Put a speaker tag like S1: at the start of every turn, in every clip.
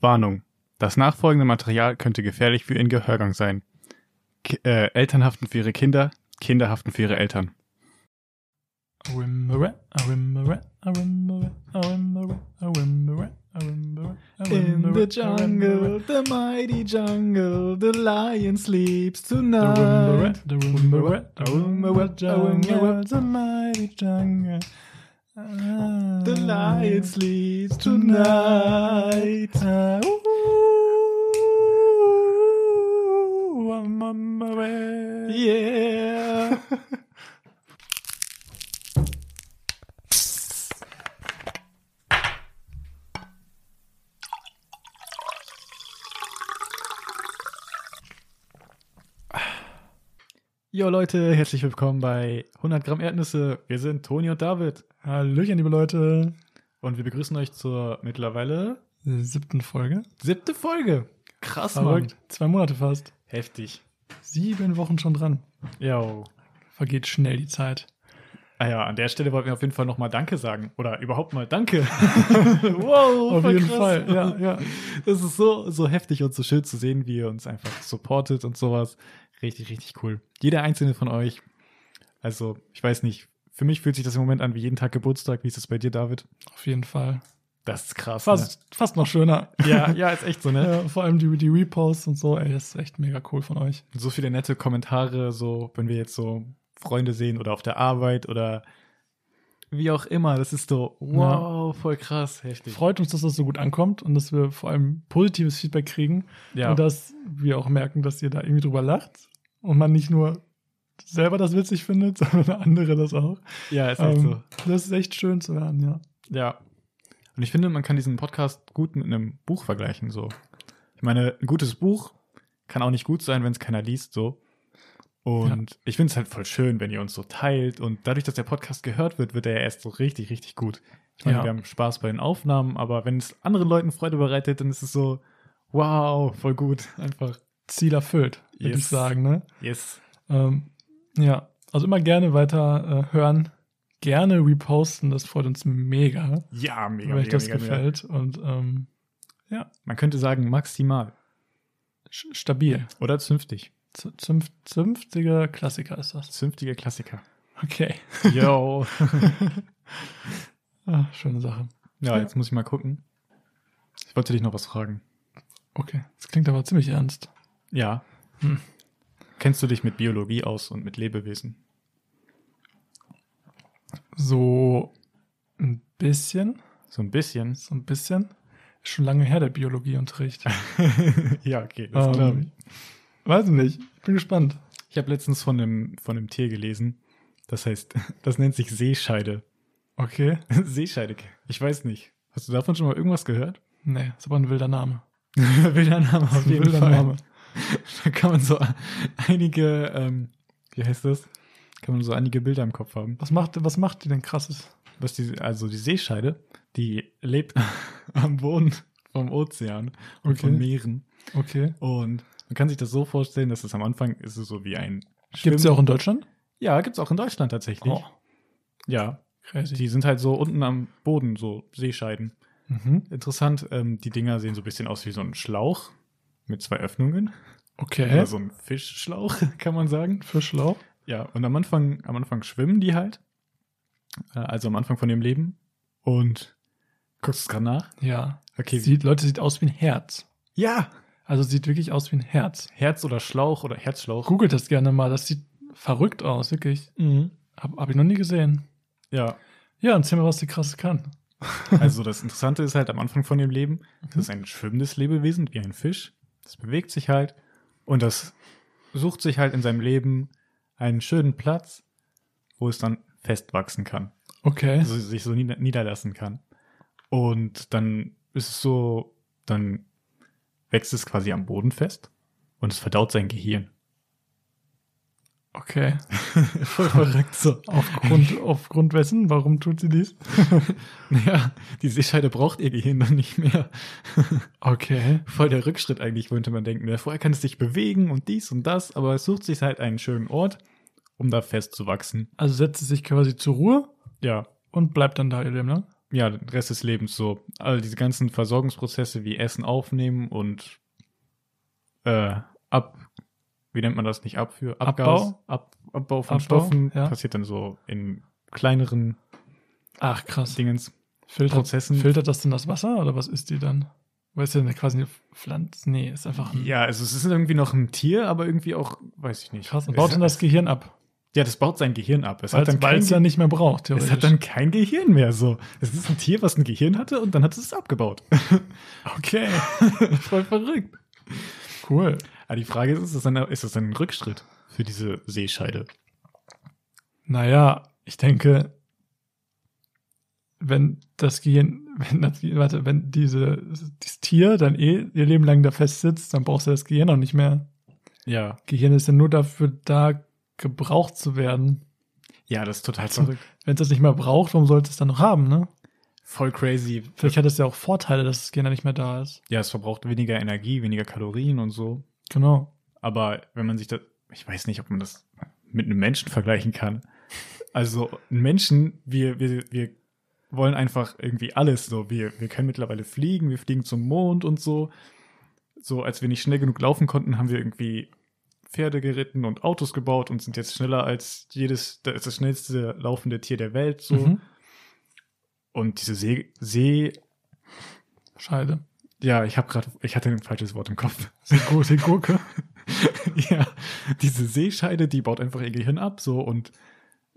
S1: Warnung. Das nachfolgende Material könnte gefährlich für Ihren Gehörgang sein. K äh, Eltern haften für ihre Kinder, Kinder haften für ihre Eltern.
S2: In the jungle, the mighty jungle, the lion sleeps tonight. The mighty jungle, the lion sleeps Ah. tonight. Ah, Yeah. Jo Leute, herzlich willkommen bei 100 Gramm Erdnüsse. Wir sind Toni und David
S3: Hallöchen, liebe Leute.
S2: und wir begrüßen euch zur mittlerweile
S3: Siebten Folge.
S2: siebte Folge. Krass,
S3: Verrückt. Zwei Monate fast.
S2: Heftig.
S3: Sieben Wochen schon dran.
S2: Jo.
S3: Vergeht schnell die Zeit.
S2: Ah ja, an der Stelle wollten wir auf jeden Fall nochmal Danke sagen. Oder überhaupt mal Danke. wow,
S3: Auf
S2: Oh, voll
S3: jeden
S2: krass.
S3: Fall. Ja, ja.
S2: Das ist so, so heftig und so schön zu sehen, wie ihr uns einfach supportet und sowas. Richtig, richtig cool. Jeder einzelne von euch. Also, ich weiß nicht. Für mich fühlt sich das im Moment an wie jeden Tag Geburtstag. Wie ist das bei dir, David?
S3: Auf jeden Fall.
S2: Das ist krass.
S3: Fast, fast noch schöner.
S2: Ne? Ja, ja, ist echt so, ne?
S3: ne? Ja, vor allem die, die Reposts und so. Ey, das ist echt mega cool von euch.
S2: so viele nette Kommentare, so wenn wir jetzt so Freunde sehen oder auf der Arbeit oder wie auch immer. Das ist so, wow, voll krass, heftig.
S3: Freut uns, dass das so gut ankommt und dass wir vor allem positives Feedback kriegen.
S2: ja,
S3: Und dass wir auch merken, dass ihr da irgendwie drüber lacht. Und man nicht nur selber das witzig findet, sondern andere das auch.
S2: ja, ist echt so.
S3: Ähm, Das ist echt schön zu hören, ja.
S2: Ja. Und ich finde, man kann diesen Podcast gut mit einem Buch vergleichen, so. Ich meine, ein gutes Buch kann auch nicht gut sein, wenn es keiner liest, so. Und ich finde es halt voll schön, wenn ihr uns so teilt. Und dadurch, dass der Podcast gehört wird, wird er ja erst so richtig, richtig gut. Ich meine,
S3: Ja.
S2: wir haben Spaß bei den Aufnahmen, aber wenn es anderen Leuten Freude bereitet, dann ist es so, wow, voll gut, einfach.
S3: Ziel erfüllt, würde
S2: Yes.
S3: ich sagen. Ne?
S2: Yes.
S3: Ähm, ja, also immer gerne weiter äh, hören, gerne reposten, das freut uns mega,
S2: Ja, mega,
S3: wenn euch
S2: mega,
S3: das
S2: mega, mega.
S3: gefällt und ähm,
S2: Man könnte sagen, maximal
S3: sch- stabil.
S2: oder zünftig.
S3: Z- Zünf zünftiger Klassiker ist das.
S2: Zünftiger Klassiker.
S3: Okay,
S2: Yo.
S3: ah, schöne Sache.
S2: Ja,
S3: Ja.
S2: jetzt muss ich mal gucken. Ich wollte dich noch was fragen.
S3: Okay, das klingt aber ziemlich ernst.
S2: Ja.
S3: Hm.
S2: Kennst du dich mit Biologie aus und mit Lebewesen?
S3: So ein bisschen,
S2: So ein bisschen.
S3: so ein bisschen. Ist schon lange her der Biologieunterricht.
S2: ja, okay,
S3: Ähm,
S2: glaub
S3: Weiß ich nicht, ich bin gespannt.
S2: Ich habe letztens von einem, von einem Tier gelesen. Das heißt, das nennt sich Seescheide.
S3: Okay,
S2: Seescheide. Ich weiß nicht. Hast du davon schon mal irgendwas gehört?
S3: nee, ist aber ein wilder Name.
S2: wilder Name
S3: Ist ein wilder Name.
S2: Da kann man so einige, ähm, wie heißt das? Kann man so einige Bilder im Kopf haben.
S3: Was macht, was macht die denn krasses?
S2: was die, also die Seescheide, die lebt am Boden vom Ozean und
S3: Okay.
S2: von Meeren.
S3: Okay.
S2: Und man kann sich das so vorstellen, dass es am Anfang ist es so wie ein
S3: Gibt es ja auch in Deutschland? Oh,
S2: Ja, gibt's auch in Deutschland tatsächlich. Ja,
S3: crazy.
S2: die sind halt so unten am Boden, so Seescheiden.
S3: mhm.
S2: Interessant, ähm, die Dinger sehen so ein bisschen aus wie so ein Schlauch mit zwei Öffnungen.
S3: Okay.
S2: Oder so ein Fischschlauch, kann man sagen.
S3: Fischlauch.
S2: Ja, und am Anfang, am Anfang schwimmen die halt. Äh, also am Anfang von dem Leben. Und guckst du es gerade nach?
S3: Ja.
S2: Okay,
S3: Sieht, Leute, sieht aus wie ein Herz.
S2: Ja,
S3: Also sieht wirklich aus wie ein Herz.
S2: Herz oder Schlauch oder Herzschlauch.
S3: Googelt das gerne mal. Das sieht verrückt aus, wirklich. Hab, hab ich noch nie gesehen.
S2: Ja,
S3: Ja, erzähl mal, was die krasses kann.
S2: also das Interessante ist halt am Anfang von dem Leben, das ist ein schwimmendes Lebewesen wie ein Fisch. Das bewegt sich halt und das sucht sich halt in seinem Leben einen schönen Platz, wo es dann festwachsen kann,
S3: Okay.
S2: also sich so nieder niederlassen kann. Und dann ist es so, dann wächst es quasi am Boden fest und es verdaut sein Gehirn.
S3: Okay.
S2: Voll verrückt so.
S3: Aufgrund, aufgrund wessen? Warum tut sie dies?
S2: Naja, die Seescheide braucht ihr Gehirn dann nicht mehr.
S3: Okay.
S2: Voll der Rückschritt eigentlich, könnte man denken. ne? Vorher kann es sich bewegen und dies und das, aber es sucht sich halt einen schönen Ort, um da festzuwachsen.
S3: Also setzt sie sich quasi zur Ruhe
S2: Ja,
S3: und bleibt dann da ihr Leben lang?
S2: ja, den Rest des Lebens so. All diese ganzen Versorgungsprozesse wie Essen aufnehmen und äh, ab, wie nennt man das nicht, Abführ, Abgas,
S3: Abbau?
S2: Ab, Abbau von
S3: Abbau,
S2: Stoffen
S3: ja.
S2: passiert dann so in kleineren
S3: Ach, krass.
S2: Dingens.
S3: Filtert,
S2: Prozessen.
S3: filtert das denn das Wasser oder was ist die dann? Weil es ja eine- quasi eine Pflanze. Nee, ist einfach ein.
S2: Ja, also es ist irgendwie noch ein Tier, aber irgendwie auch, weiß ich nicht.
S3: Krass, und
S2: Es-
S3: baut dann das Gehirn ab,
S2: Ja, das baut sein Gehirn ab. Es hat, dann
S3: weil
S2: kein,
S3: es ja nicht mehr braucht,
S2: Ge- es
S3: theoretisch.
S2: hat dann kein Gehirn mehr so. Es ist ein Tier, was ein Gehirn hatte und dann hat es es abgebaut.
S3: okay, voll verrückt. Cool.
S2: Aber die Frage ist, ist das, ein, ist das ein Rückschritt für diese Seescheide?
S3: Naja, ich denke, wenn das Gehirn, wenn das, warte, wenn diese, dieses Tier dann eh ihr Leben lang da festsitzt, dann brauchst du das Gehirn auch nicht mehr.
S2: Ja.
S3: Gehirn ist ja nur dafür da, gebraucht zu werden.
S2: Ja, das ist total
S3: verrückt. Wenn es das nicht mehr braucht, warum sollte es dann noch haben, ne?
S2: Voll crazy.
S3: Vielleicht hat es ja auch Vorteile, dass das Gehirn dann nicht mehr da ist.
S2: Ja, es verbraucht weniger Energie, weniger Kalorien und so.
S3: Genau.
S2: Aber wenn man sich das, ich weiß nicht, ob man das mit einem Menschen vergleichen kann. Also ein Menschen, wir, wir, wir wollen einfach irgendwie alles so. Wir, wir können mittlerweile fliegen, wir fliegen zum Mond und so. So, als wir nicht schnell genug laufen konnten, haben wir irgendwie Pferde geritten und Autos gebaut und sind jetzt schneller als jedes, das, das schnellste laufende Tier der Welt. So.
S3: So.
S2: Und diese See, See,
S3: Scheide.
S2: ja, ich habe gerade, ich hatte ein falsches Wort im Kopf.
S3: Die Gur- die Gurke.
S2: ja, diese Seescheide, die baut einfach ihr Gehirn ab, so und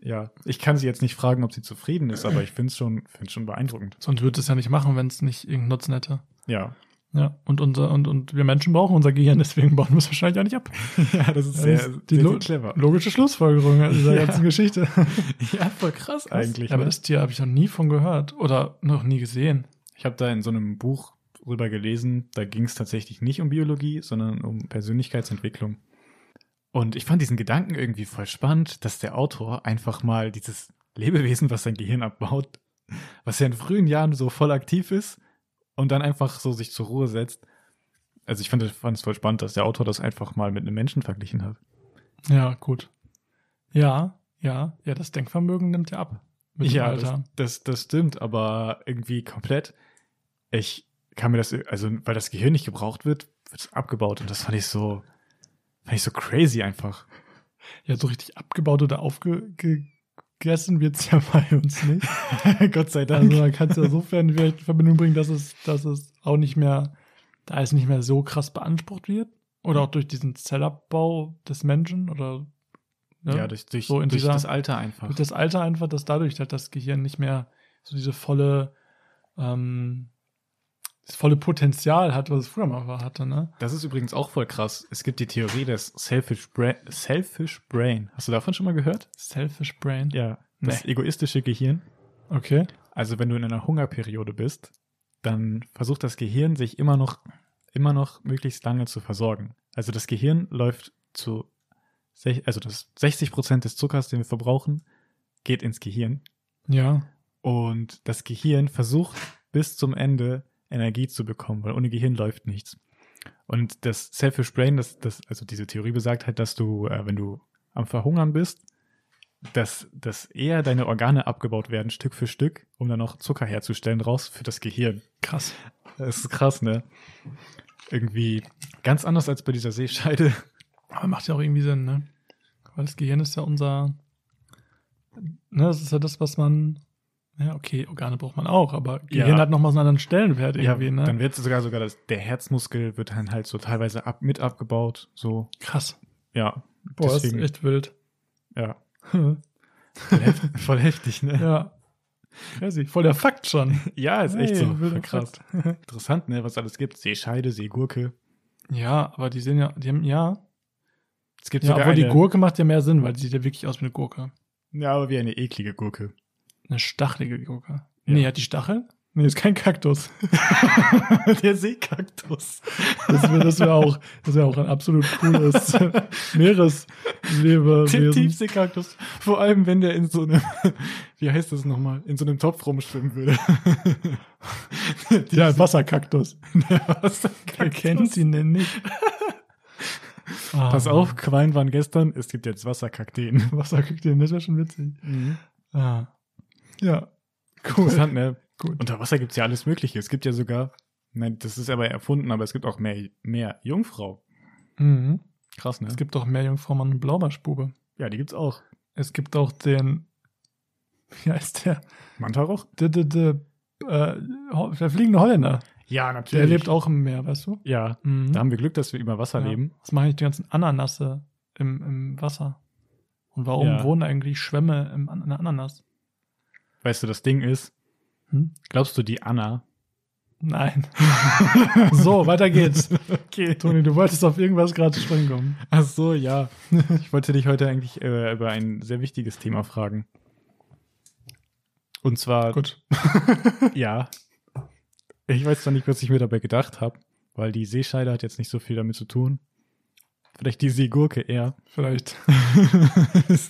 S2: ja, ich kann sie jetzt nicht fragen, ob sie zufrieden ist, aber ich finde es schon, find's schon beeindruckend.
S3: Sonst würde es ja nicht machen, wenn es nicht irgendeinen Nutzen hätte.
S2: Ja.
S3: Ja, und, unser, und, und wir Menschen brauchen unser Gehirn, deswegen bauen wir es wahrscheinlich auch nicht ab.
S2: Ja, das ist
S3: Ja,
S2: sehr,
S3: das
S2: sehr,
S3: ist die
S2: sehr
S3: Lo-
S2: clever.
S3: Logische Schlussfolgerung aus dieser
S2: Ja.
S3: ganzen Geschichte.
S2: Ja, voll krass eigentlich.
S3: Ja, aber
S2: ne?
S3: das Tier habe ich noch nie von gehört oder noch nie gesehen.
S2: Ich habe da in so einem Buch drüber gelesen, da ging es tatsächlich nicht um Biologie, sondern um Persönlichkeitsentwicklung. Und ich fand diesen Gedanken irgendwie voll spannend, dass der Autor einfach mal dieses Lebewesen, was sein Gehirn abbaut, was ja in frühen Jahren so voll aktiv ist und dann einfach so sich zur Ruhe setzt. Also ich fand es voll spannend, dass der Autor das einfach mal mit einem Menschen verglichen hat.
S3: Ja, gut. Ja, ja, ja, das Denkvermögen nimmt ja ab. Mit dem
S2: das,
S3: Alter.
S2: das, das stimmt, aber irgendwie komplett. Ich kann mir das, also weil das Gehirn nicht gebraucht wird, wird es abgebaut und das fand ich so, fand ich so crazy einfach.
S3: Ja, so richtig abgebaut oder aufgegessen wird es ja bei uns nicht.
S2: Gott sei
S3: Also man kann es ja sofern vielleicht in Verbindung bringen, dass es, dass es auch nicht mehr, da es nicht mehr so krass beansprucht wird. Oder auch durch diesen Zellabbau des Menschen oder ne?
S2: ja, durch, durch,
S3: So in
S2: durch
S3: dieser-
S2: das Alter einfach.
S3: Durch das Alter einfach, dass dadurch halt das Gehirn nicht mehr so diese volle, ähm, das volle Potenzial hat, was es früher mal war- hatte, ne?
S2: Das ist übrigens auch voll krass. Es gibt die Theorie des Selfish, Bra Selfish Brain. Hast du davon schon mal gehört?
S3: Selfish Brain.
S2: Ja. Das egoistische Gehirn.
S3: Okay.
S2: Also wenn du in einer Hungerperiode bist, dann versucht das Gehirn sich immer noch, immer noch möglichst lange zu versorgen. Also das Gehirn läuft zu, sech- also das 60 Prozent des Zuckers, den wir verbrauchen, geht ins Gehirn.
S3: Ja.
S2: Und das Gehirn versucht bis zum Ende Energie zu bekommen, weil ohne Gehirn läuft nichts. Und das Selfish Brain, das, das, also diese Theorie besagt halt, dass du, äh, wenn du am Verhungern bist, dass, dass eher deine Organe abgebaut werden, Stück für Stück, um dann noch Zucker herzustellen raus für das Gehirn.
S3: Krass.
S2: Das ist krass, ne? Irgendwie ganz anders als bei dieser Seescheide.
S3: Aber macht ja auch irgendwie Sinn, ne? Weil das Gehirn ist ja unser, ne, das ist ja das, was man, ja, okay, Organe braucht man auch, aber
S2: Ja.
S3: Gehirn hat nochmal so einen anderen Stellenwert irgendwie, ne?
S2: Dann wird sogar sogar das, der Herzmuskel wird dann halt so teilweise ab, mit abgebaut. So,
S3: Krass.
S2: ja.
S3: Boah,
S2: Deswegen-
S3: das ist echt wild.
S2: Ja. Voll heft- Voll heftig, ne?
S3: ja. Crazy. Voll der Fakt schon.
S2: Ja, ist echt
S3: Hey,
S2: so.
S3: wilder
S2: Voll krass. Interessant, ne, was alles gibt. Seescheide, Seegurke.
S3: Ja, aber die sehen ja, die haben, ja,
S2: Es gibt
S3: Ja,
S2: sogar
S3: aber
S2: eine,
S3: die Gurke macht ja mehr Sinn, weil die sieht ja wirklich aus wie eine Gurke.
S2: Ja, aber wie eine eklige Gurke.
S3: Eine stachelige Gurke.
S2: Ja.
S3: Nee, hat die Stacheln? Nee, ist kein Kaktus.
S2: Der Seekaktus.
S3: Das wäre das wär auch, das wär auch ein absolut cooles
S2: Der
S3: Meereslebewesen.
S2: Tiefseekaktus. Vor allem, wenn der in so einem, wie heißt das nochmal, in so einem Topf rumschwimmen würde.
S3: Ja, ein Wasserkaktus.
S2: Was?
S3: Wer kennt ihn denn nicht? Ah,
S2: Pass auf, Quallen waren gestern, es gibt jetzt Wasserkakteen.
S3: Wasserkaktus, das wäre schon witzig. Ah. Ja,
S2: Cool. Interessant, ne?
S3: Gut.
S2: Unter Wasser gibt es ja alles Mögliche. Es gibt ja sogar, nein, das ist aber erfunden, aber es gibt auch mehr, mehr Jungfrau.
S3: Mhm.
S2: Krass, ne?
S3: Es gibt auch Meerjungfrau Mann und Blaubarschbube.
S2: ja, die gibt's auch.
S3: Es gibt auch den, wie heißt der?
S2: Mantaroch?
S3: Der, der, der, äh, Ho- der fliegende Holländer.
S2: Ja,
S3: Der
S2: natürlich.
S3: lebt auch im Meer, weißt du?
S2: Ja,
S3: Mhm.
S2: da haben wir Glück, dass wir über Wasser
S3: Ja.
S2: leben.
S3: Was machen eigentlich die ganzen Ananasse im, im Wasser? Und warum
S2: Ja.
S3: wohnen eigentlich Schwämme im, An- in der Ananas?
S2: Weißt du, das Ding ist,
S3: Hm?
S2: glaubst du, die Anna?
S3: Nein. so, weiter geht's.
S2: Okay.
S3: Toni, du wolltest auf irgendwas gerade springen kommen.
S2: Ach so, ja. Ich wollte dich heute eigentlich äh, über ein sehr wichtiges Thema fragen. Und zwar,
S3: Gut.
S2: ja. Ich weiß zwar nicht, was ich mir dabei gedacht habe, weil die Seescheide hat jetzt nicht so viel damit zu tun. Vielleicht die Seegurke eher.
S3: Vielleicht.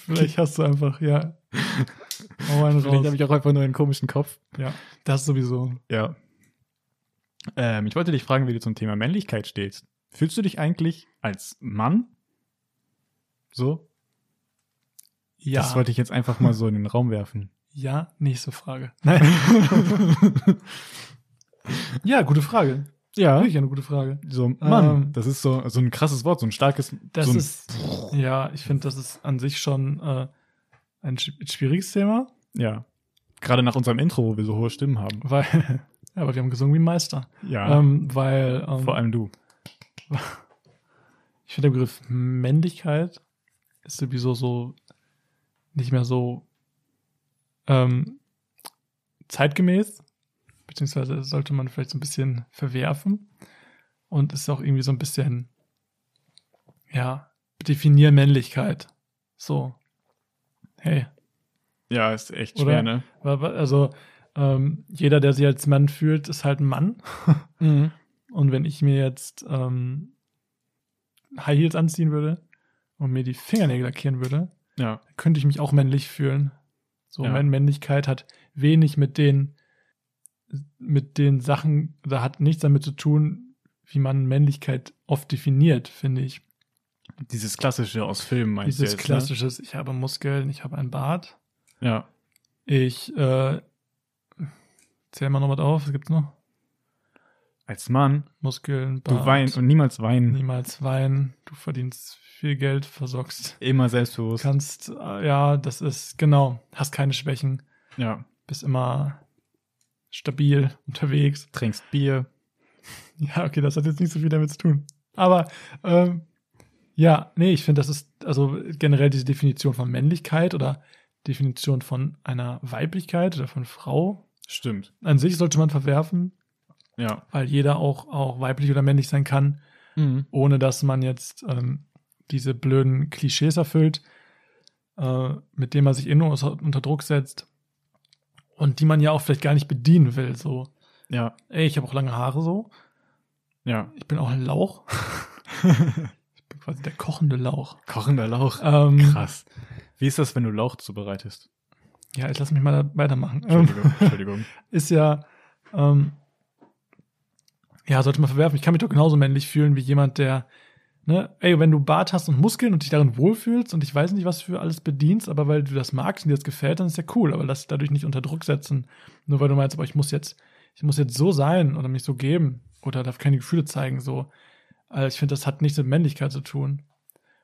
S3: Vielleicht hast du einfach, ja. Hau einen
S2: Vielleicht
S3: raus.
S2: habe ich auch einfach nur einen komischen Kopf.
S3: Ja, das sowieso.
S2: Ja. Ähm, ich wollte dich fragen, wie du zum Thema Männlichkeit stehst. Fühlst du dich eigentlich als Mann? So?
S3: Ja.
S2: Das wollte ich jetzt einfach mal so in den Raum werfen.
S3: Ja, nächste Frage. ja, gute Frage.
S2: Ja.
S3: Wirklich eine gute Frage.
S2: So, Mann,
S3: Ähm,
S2: das ist so, so ein krasses Wort, so ein starkes.
S3: Das
S2: so ein,
S3: ist, ja, ich finde, das ist an sich schon äh, ein schw- schwieriges Thema,
S2: Ja. Gerade nach unserem Intro, wo wir so hohe Stimmen haben.
S3: weil, ja, aber wir haben gesungen wie ein Meister.
S2: Ja.
S3: Ähm, weil, ähm,
S2: vor allem du.
S3: ich finde, der Begriff Männlichkeit ist sowieso so nicht mehr so ähm, zeitgemäß, beziehungsweise sollte man vielleicht so ein bisschen verwerfen und ist auch irgendwie so ein bisschen, ja, definier Männlichkeit. So, hey,
S2: Ja, ist echt
S3: Oder?
S2: schwer, ne?
S3: wa- wa- also ähm, jeder, der sich als Mann fühlt, ist halt ein Mann. Mhm. Und wenn ich mir jetzt ähm, High Heels anziehen würde und mir die Fingernägel lackieren würde,
S2: Ja.
S3: könnte ich mich auch männlich fühlen. So,
S2: Ja.
S3: meine Männlichkeit hat wenig mit den, mit den Sachen, da hat nichts damit zu tun, wie man Männlichkeit oft definiert, finde ich.
S2: Dieses klassische aus Filmen meinst
S3: Dieses
S2: du jetzt,
S3: klassisches, ich habe Muskeln, ich habe einen Bart,
S2: Ne? Ja.
S3: ich äh, zähl mal noch was auf, was gibt's noch?
S2: Als Mann,
S3: Muskeln,
S2: du
S3: Bart.
S2: weinst und niemals weinen.
S3: niemals weinen, du verdienst viel Geld, versorgst
S2: Immer selbstbewusst.
S3: kannst, äh, ja, das ist, genau, hast keine Schwächen,
S2: Ja.
S3: bist immer stabil unterwegs.
S2: Trinkst Bier.
S3: Ja, okay, das hat jetzt nicht so viel damit zu tun. Aber, ähm, ja, nee, ich finde, das ist, also generell diese Definition von Männlichkeit oder Definition von einer Weiblichkeit oder von Frau
S2: Stimmt.
S3: an sich sollte man verwerfen,
S2: Ja.
S3: weil jeder auch, auch weiblich oder männlich sein kann. ohne dass man jetzt ähm, diese blöden Klischees erfüllt, äh, mit denen man sich eh nur unter, unter Druck setzt und die man ja auch vielleicht gar nicht bedienen will. So,
S2: Ja.
S3: ey, ich habe auch lange Haare so,
S2: Ja.
S3: ich bin auch ein Lauch. ich bin quasi der kochende Lauch.
S2: Kochender Lauch.
S3: Ähm,
S2: Krass. Wie ist das, wenn du Lauch zubereitest?
S3: Ja, ich lasse mich mal da- weitermachen. Ähm,
S2: Entschuldigung. Entschuldigung.
S3: ist ja, ähm, ja, sollte man verwerfen. Ich kann mich doch genauso männlich fühlen wie jemand, der, ne, ey, wenn du Bart hast und Muskeln und dich darin wohlfühlst und ich weiß nicht, was du für alles bedienst, aber weil du das magst und dir das gefällt, dann ist ja cool, aber lass dich dadurch nicht unter Druck setzen. Nur weil du meinst, aber ich muss jetzt, ich muss jetzt so sein oder mich so geben oder darf keine Gefühle zeigen, so. Also ich finde, das hat nichts mit Männlichkeit zu tun.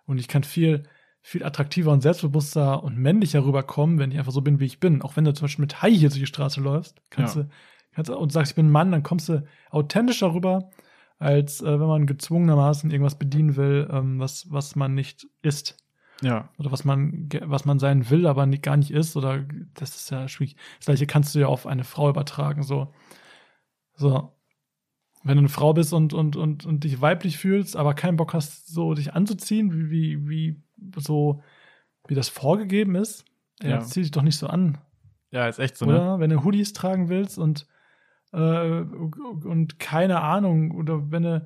S3: Und ich kann viel, viel attraktiver und selbstbewusster und männlicher rüberkommen, wenn ich einfach so bin, wie ich bin. Auch wenn du zum Beispiel mit High hier durch die Straße läufst, kannst
S2: Ja.
S3: du, kannst, du- und sagst, ich bin ein Mann, dann kommst du authentischer rüber, als äh, wenn man gezwungenermaßen irgendwas bedienen will, ähm, was, was man nicht ist.
S2: Ja.
S3: Oder was man, ge- was man sein will, aber nicht, gar nicht ist. Oder das ist ja schwierig. Das gleiche kannst du ja auf eine Frau übertragen. So. So. Wenn du eine Frau bist und, und, und, und dich weiblich fühlst, aber keinen Bock hast, so dich anzuziehen, wie, wie, wie so, wie das vorgegeben ist, ja.
S2: Ja.
S3: dann zieh dich doch nicht so an.
S2: Ja, ist echt so, ne?
S3: Oder wenn du Hoodies tragen willst und, äh, und keine Ahnung, oder wenn du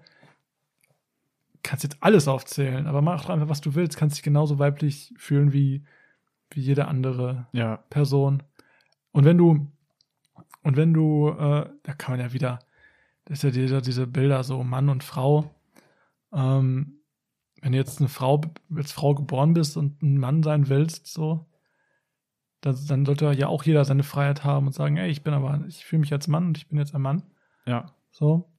S3: kannst jetzt alles aufzählen, aber mach doch einfach, was du willst, kannst dich genauso weiblich fühlen wie, wie jede andere
S2: Ja.
S3: Person. Und wenn du, und wenn du, äh, da kann man ja wieder, das ist ja dieser, diese Bilder, so Mann und Frau. Ähm, wenn du jetzt eine Frau, als Frau geboren bist und ein Mann sein willst, so, das, dann sollte ja auch jeder seine Freiheit haben und sagen, ey, ich bin aber, ich fühle mich als Mann und ich bin jetzt ein Mann.
S2: Ja.
S3: So.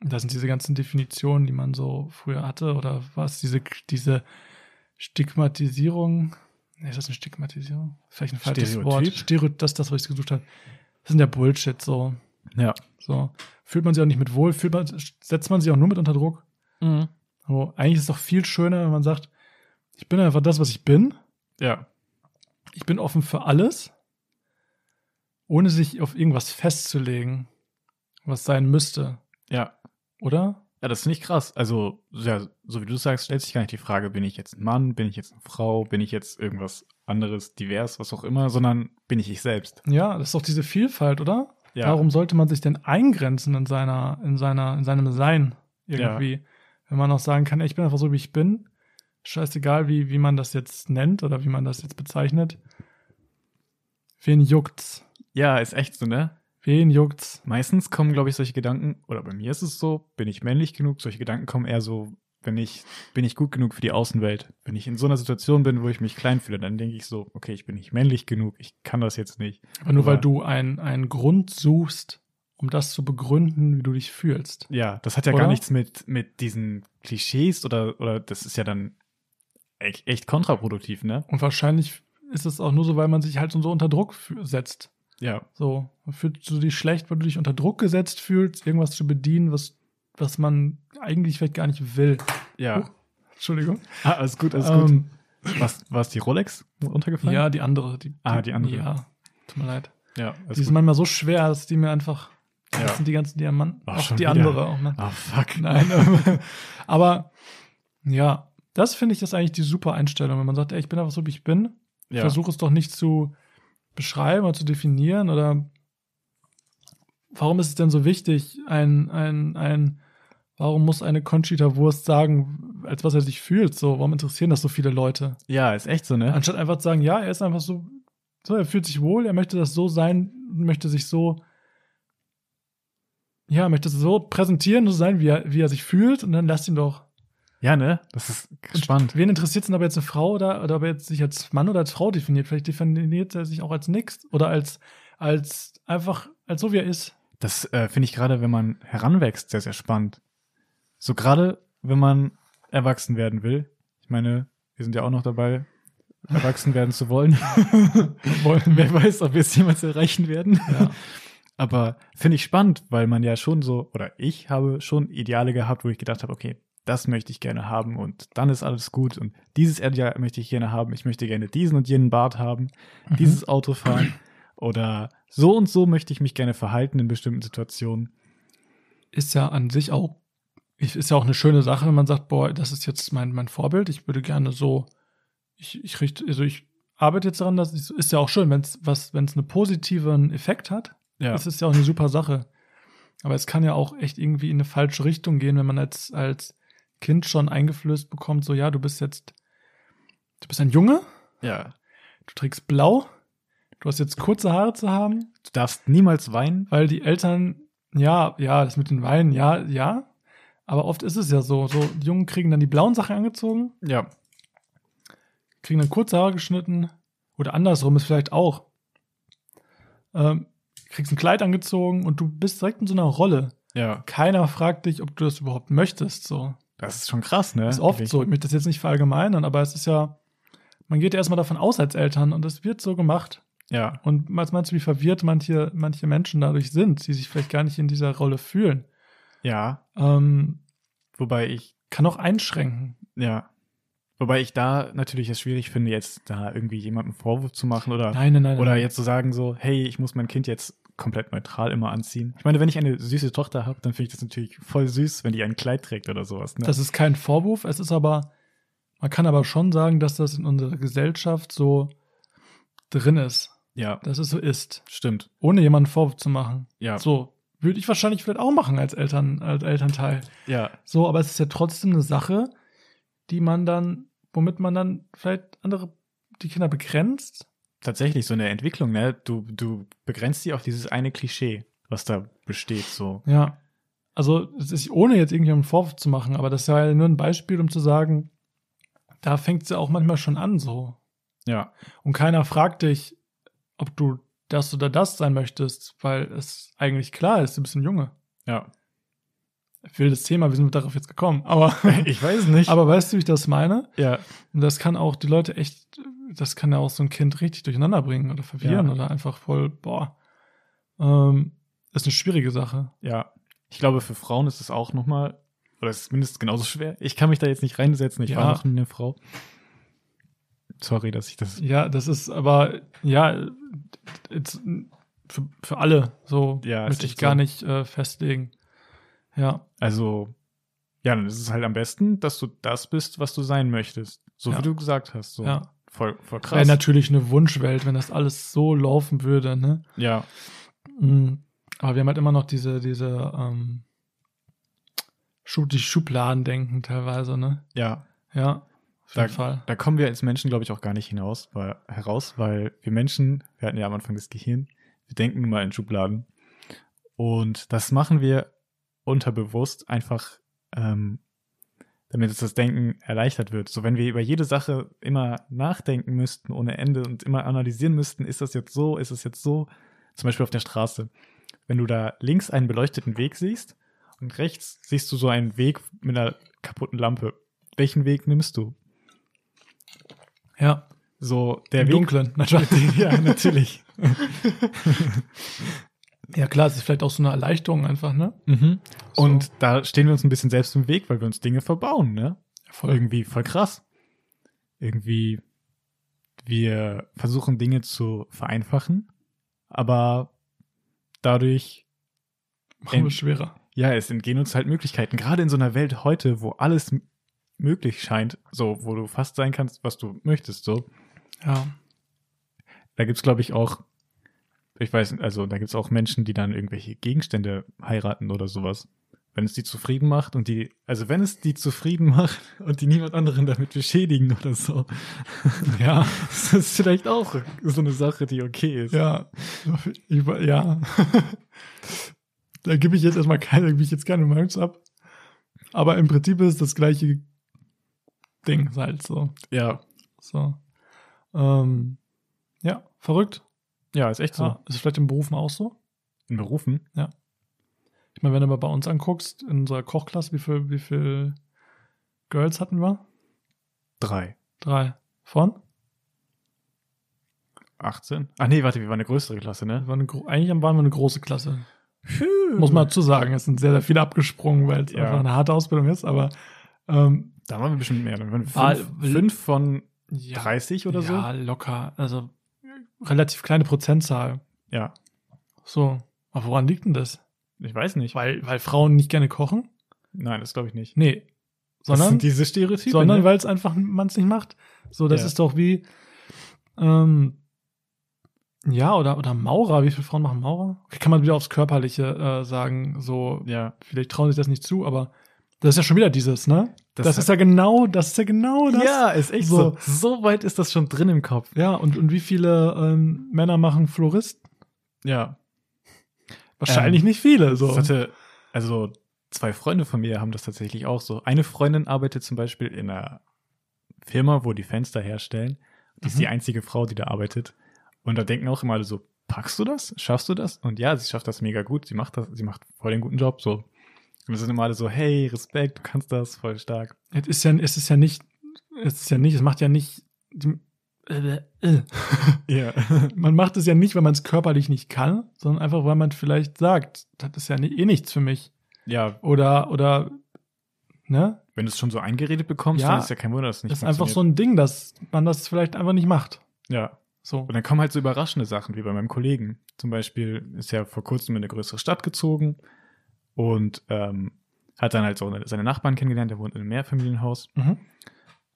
S3: Und Das sind diese ganzen Definitionen, die man so früher hatte oder was, diese, diese Stigmatisierung. Nee, ist das eine Stigmatisierung? Vielleicht ein falsches
S2: Stereotyp?
S3: Wort. Stereotyp, das ist das, was ich gesucht habe. Das sind ja Bullshit, so.
S2: Ja.
S3: So. Fühlt man sich auch nicht mit wohl, fühlt man, setzt man sich auch nur mit unter Druck.
S2: Mhm.
S3: So, eigentlich ist es doch viel schöner, wenn man sagt, ich bin einfach das, was ich bin.
S2: Ja.
S3: Ich bin offen für alles, ohne sich auf irgendwas festzulegen, was sein müsste,
S2: Ja.
S3: oder?
S2: Ja, das finde ich krass. Also, ja, so wie du sagst, stellt sich gar nicht die Frage, bin ich jetzt ein Mann, bin ich jetzt eine Frau, bin ich jetzt irgendwas anderes, divers, was auch immer, sondern bin ich ich selbst.
S3: Ja, das ist doch diese Vielfalt, oder?
S2: Ja.
S3: Warum sollte man sich denn eingrenzen in seiner, in seiner, in seinem Sein irgendwie? Wenn man auch sagen kann, ey, ich bin einfach so, wie ich bin. Scheißegal, wie, wie man das jetzt nennt oder wie man das jetzt bezeichnet. Wen juckt's?
S2: Ja, ist echt so, ne?
S3: Wen juckt's?
S2: Meistens kommen, glaube ich, solche Gedanken, oder bei mir ist es so, bin ich männlich genug? Solche Gedanken kommen eher so, wenn ich, bin ich gut genug für die Außenwelt? Wenn ich in so einer Situation bin, wo ich mich klein fühle, dann denke ich so, okay, ich bin nicht männlich genug, ich kann das jetzt nicht.
S3: Aber nur
S2: Aber-
S3: weil du einen, einen Grund suchst, um das zu begründen, wie du dich fühlst.
S2: Ja, das hat ja
S3: Oder?
S2: gar nichts mit, mit diesen Klischees oder, oder das ist ja dann echt, echt kontraproduktiv, ne?
S3: Und wahrscheinlich ist es auch nur so, weil man sich halt so unter Druck fü- setzt.
S2: Ja,
S3: So, fühlst du dich schlecht, weil du dich unter Druck gesetzt fühlst, irgendwas zu bedienen, was, was man eigentlich vielleicht gar nicht will.
S2: ja.
S3: Huch. Entschuldigung.
S2: Ah, alles gut, alles gut.
S3: Ähm,
S2: Was, was die Rolex untergefallen?
S3: ja, die andere. Die,
S2: Ah, die andere.
S3: Ja, tut mir leid.
S2: ja alles
S3: die ist
S2: gut.
S3: manchmal so schwer, dass die mir einfach.
S2: Ja.
S3: Das sind die ganzen Diamanten.
S2: Ach,
S3: Ach,
S2: schon
S3: die
S2: wieder.
S3: andere auch, ne?
S2: Ah, fuck.
S3: Nein. Aber ja, das finde ich das eigentlich die super Einstellung, wenn man sagt, ey, ich bin einfach so, wie ich bin.
S2: Ja.
S3: Versuche es doch nicht zu beschreiben oder zu definieren oder warum ist es denn so wichtig, ein, ein, ein, warum muss eine Conchita-Wurst sagen, als was er sich fühlt, so, warum interessieren das so viele Leute?
S2: ja, ist echt so, ne?
S3: Anstatt einfach zu sagen, ja, er ist einfach so, so, er fühlt sich wohl, er möchte das so sein, möchte sich so, ja, möchte es so präsentieren, so sein, wie er, wie er sich fühlt, und dann lasst ihn doch.
S2: Ja, ne? Das ist spannend.
S3: Wen interessiert es denn, ob er jetzt eine Frau oder, oder ob er jetzt sich als Mann oder als Frau definiert? Vielleicht definiert er sich auch als nix oder als, als einfach, als so wie er ist.
S2: Das äh, finde ich gerade, wenn man heranwächst, sehr, sehr spannend. So gerade, wenn man erwachsen werden will. Ich meine, wir sind ja auch noch dabei, erwachsen werden zu wollen. wollen. Wer weiß, ob wir es jemals erreichen werden.
S3: Ja.
S2: Aber finde ich spannend, weil man ja schon so, oder ich habe schon Ideale gehabt, wo ich gedacht habe, okay, das möchte ich gerne haben und dann ist alles gut und dieses Ideal möchte ich gerne haben. Ich möchte gerne diesen und jenen Bart haben,
S3: Mhm.
S2: dieses Auto fahren oder so und so möchte ich mich gerne verhalten in bestimmten Situationen.
S3: ist ja an sich auch, ich- ist ja auch eine schöne Sache, wenn man sagt, boah, das ist jetzt mein, mein Vorbild, ich würde gerne so, ich, ich richte, also ich arbeite jetzt daran, dass es ist ja auch schön, wenn es was, wenn es einen positiven Effekt hat,
S2: Ja.
S3: ist es ja auch eine super Sache. Aber es kann ja auch echt irgendwie in eine falsche Richtung gehen, wenn man als, als Kind schon eingeflößt bekommt, so ja, du bist jetzt, du bist ein Junge,
S2: ja.
S3: du trägst blau, du hast jetzt kurze Haare zu haben,
S2: Du darfst niemals weinen.
S3: weil die Eltern, ja, ja, das mit den Weinen, ja, ja. Aber oft ist es ja so, so die Jungen kriegen dann die blauen Sachen angezogen,
S2: Ja.
S3: kriegen dann kurze Haare geschnitten oder andersrum ist vielleicht auch. Ähm, kriegst ein Kleid angezogen und du bist direkt in so einer Rolle.
S2: Ja.
S3: Keiner fragt dich, ob du das überhaupt möchtest. So
S2: Das ist schon krass, ne?
S3: ist oft so. Ich möchte das jetzt nicht verallgemeinern, aber es ist ja, man geht ja erstmal davon aus als Eltern und es wird so gemacht.
S2: Ja.
S3: Und meinst meinst du, wie verwirrt manche, manche Menschen dadurch sind, die sich vielleicht gar nicht in dieser Rolle fühlen?
S2: Ja.
S3: Ähm,
S2: Wobei ich,
S3: kann auch einschränken.
S2: ja. Wobei ich da natürlich es schwierig finde, jetzt da irgendwie jemandem Vorwurf zu machen oder
S3: Nein, nein, nein.
S2: Oder
S3: nein.
S2: jetzt zu sagen so, hey, ich muss mein Kind jetzt komplett neutral immer anziehen. Ich meine, wenn ich eine süße Tochter habe, dann finde ich das natürlich voll süß, wenn die ein Kleid trägt oder sowas. Ne?
S3: Das ist kein Vorwurf, es ist aber, man kann aber schon sagen, dass das in unserer Gesellschaft so drin ist,
S2: ja,
S3: dass es so ist,
S2: stimmt.
S3: ohne jemanden Vorwurf zu machen.
S2: Ja,
S3: So, würde ich wahrscheinlich vielleicht auch machen als Eltern, als Elternteil.
S2: ja,
S3: So, aber es ist ja trotzdem eine Sache, die man dann, womit man dann vielleicht andere, die Kinder begrenzt.
S2: tatsächlich so eine Entwicklung. Ne, du du begrenzt die auf dieses eine Klischee, was da besteht. So
S3: Ja. Also, es ist ohne jetzt irgendjemandem Vorwurf zu machen, aber das war ja nur ein Beispiel, um zu sagen, da fängt es ja auch manchmal schon an so.
S2: ja,
S3: Und keiner fragt dich, ob du das oder das sein möchtest, weil es eigentlich klar ist, du bist ein Junge.
S2: Ja.
S3: Wildes Thema, wir sind darauf jetzt gekommen. Aber,
S2: Ich weiß nicht.
S3: aber weißt du, wie ich das meine?
S2: ja.
S3: Und das kann auch die Leute echt, das kann ja auch so ein Kind richtig durcheinander bringen oder verwirren
S2: Ja.
S3: oder einfach voll, boah. Ähm, ist eine schwierige Sache.
S2: Ja, ich glaube, für Frauen ist es auch nochmal, oder es ist mindestens genauso schwer. Ich kann mich da jetzt nicht reinsetzen, ich
S3: Ja.
S2: war noch nie eine Frau. Sorry, dass ich das.
S3: Ja, das ist aber, ja, jetzt, für, für alle so
S2: Ja, ist
S3: möchte ich
S2: echt
S3: gar
S2: so.
S3: nicht äh, festlegen. Ja,
S2: Also, ja, dann ist es halt am besten, dass du das bist, was du sein möchtest. So
S3: Ja.
S2: wie du gesagt hast. So.
S3: ja.
S2: Voll, voll
S3: Wäre
S2: krass.
S3: natürlich eine Wunschwelt, wenn das alles so laufen würde, ne?
S2: ja,
S3: Mhm. Aber wir haben halt immer noch diese, diese, ähm, Schub, die Schubladen denken teilweise, ne?
S2: ja.
S3: Ja, auf jeden Fall.
S2: Da kommen wir als Menschen, glaube ich, auch gar nicht hinaus, weil, heraus, weil wir Menschen, wir hatten ja am Anfang das Gehirn, wir denken nun mal in Schubladen. Und das machen wir unterbewusst einfach, ähm, damit uns das Denken erleichtert wird. So, wenn wir über jede Sache immer nachdenken müssten ohne Ende und immer analysieren müssten, ist das jetzt so, ist das jetzt so, zum Beispiel auf der Straße. Wenn du da links einen beleuchteten Weg siehst und rechts siehst du so einen Weg mit einer kaputten Lampe. Welchen Weg nimmst du?
S3: Ja,
S2: So, der
S3: im
S2: Weg.
S3: Dunklen. Na, Spaß.
S2: ja, natürlich.
S3: ja, klar, es ist vielleicht auch so eine Erleichterung einfach, ne? So.
S2: Mhm. Und da stehen wir uns ein bisschen selbst im Weg, weil wir uns Dinge verbauen, ne?
S3: Voll.
S2: Irgendwie voll krass. Irgendwie, wir versuchen Dinge zu vereinfachen, aber dadurch,
S3: Machen wir schwerer.
S2: ja, es entgehen uns halt Möglichkeiten. Gerade in so einer Welt heute, wo alles m- möglich scheint, so, wo du fast sein kannst, was du möchtest, so.
S3: Ja.
S2: Da gibt's glaube ich, auch, ich weiß, nicht, also da gibt's auch Menschen, die dann irgendwelche Gegenstände heiraten oder sowas. Wenn es die zufrieden macht und die, also wenn es die zufrieden macht und die niemand anderen damit beschädigen oder so. Ja. Das ist vielleicht auch so eine Sache, die okay ist.
S3: Ja, ich, wa- ja. da gebe ich jetzt erstmal keine, gebe ich jetzt keine Meinung zu ab. Aber im Prinzip ist das gleiche Ding halt so.
S2: ja.
S3: so. Ähm, ja, verrückt.
S2: Ja, ist echt so.
S3: Ja, ist vielleicht im Berufen auch so.
S2: In Berufen.
S3: Ich meine, wenn du mal bei uns anguckst, in unserer Kochklasse, wie viel, wie viel Girls hatten wir?
S2: Drei.
S3: Drei. Von?
S2: 18? Ah nee, warte, wir waren eine größere Klasse,
S3: Wir
S2: ne?
S3: waren eine, gro- eigentlich waren wir eine große Klasse. Muss man dazu sagen, es sind sehr, sehr viele abgesprungen, weil es
S2: Ja.
S3: einfach eine harte Ausbildung ist, aber ähm,
S2: Da waren wir bestimmt mehr. Dann waren wir
S3: War-
S2: fünf, fünf von
S3: Ah, Ja,
S2: 30 oder so.
S3: Ja, locker. Also relativ kleine Prozentzahl.
S2: Ja.
S3: So. Aber woran liegt denn das?
S2: Ich weiß nicht.
S3: Weil, weil Frauen nicht gerne kochen?
S2: Nein, das glaube ich nicht.
S3: Nee.
S2: das
S3: Sondern,
S2: sind diese Stereotype.
S3: sondern
S2: ne?
S3: weil es einfach man es nicht macht. So, das
S2: Ja.
S3: ist doch wie. Ähm, ja, oder, oder Maurer. Wie viele Frauen machen Maurer? Kann man wieder aufs Körperliche äh, sagen. So,
S2: ja.
S3: vielleicht trauen sich das nicht zu, aber das ist ja schon wieder dieses, ne? Das,
S2: ist
S3: ist ja genau, das ist ja genau das.
S2: ja, ist echt
S3: so.
S2: so. So weit ist das schon drin im Kopf.
S3: Ja, und, und wie viele ähm, Männer machen Florist?
S2: Ja.
S3: Wahrscheinlich nicht viele. So.
S2: Ähm, Das hatte, also zwei Freunde von mir haben das tatsächlich auch so. Eine Freundin arbeitet zum Beispiel in einer Firma, wo die Fenster herstellen. Die ist
S3: Mhm.
S2: die einzige Frau, die da arbeitet. Und da denken auch immer alle so, packst du das? Schaffst du das? Und ja, sie schafft das mega gut. Sie macht das, sie macht voll den guten Job so. Und es sind immer alle so, hey, Respekt, du kannst das, voll stark.
S3: Es ist ja, es ist ja nicht, es ist ja nicht, es macht ja nicht, die, äh, äh.
S2: Ja.
S3: man macht es ja nicht, weil man es körperlich nicht kann, sondern einfach, weil man vielleicht sagt, das ist ja ni- eh nichts für mich.
S2: ja,
S3: Oder, oder, ne?
S2: wenn du es schon so eingeredet bekommst,
S3: Ja.
S2: dann ist ja kein Wunder, dass es nicht
S3: Das ist einfach so ein Ding, dass man das vielleicht einfach nicht macht.
S2: Ja.
S3: So.
S2: Und dann kommen halt so überraschende Sachen, wie bei meinem Kollegen. Zum Beispiel ist er vor kurzem in eine größere Stadt gezogen und ähm, hat dann halt so seine Nachbarn kennengelernt. Der wohnt in einem Mehrfamilienhaus.
S3: Mhm.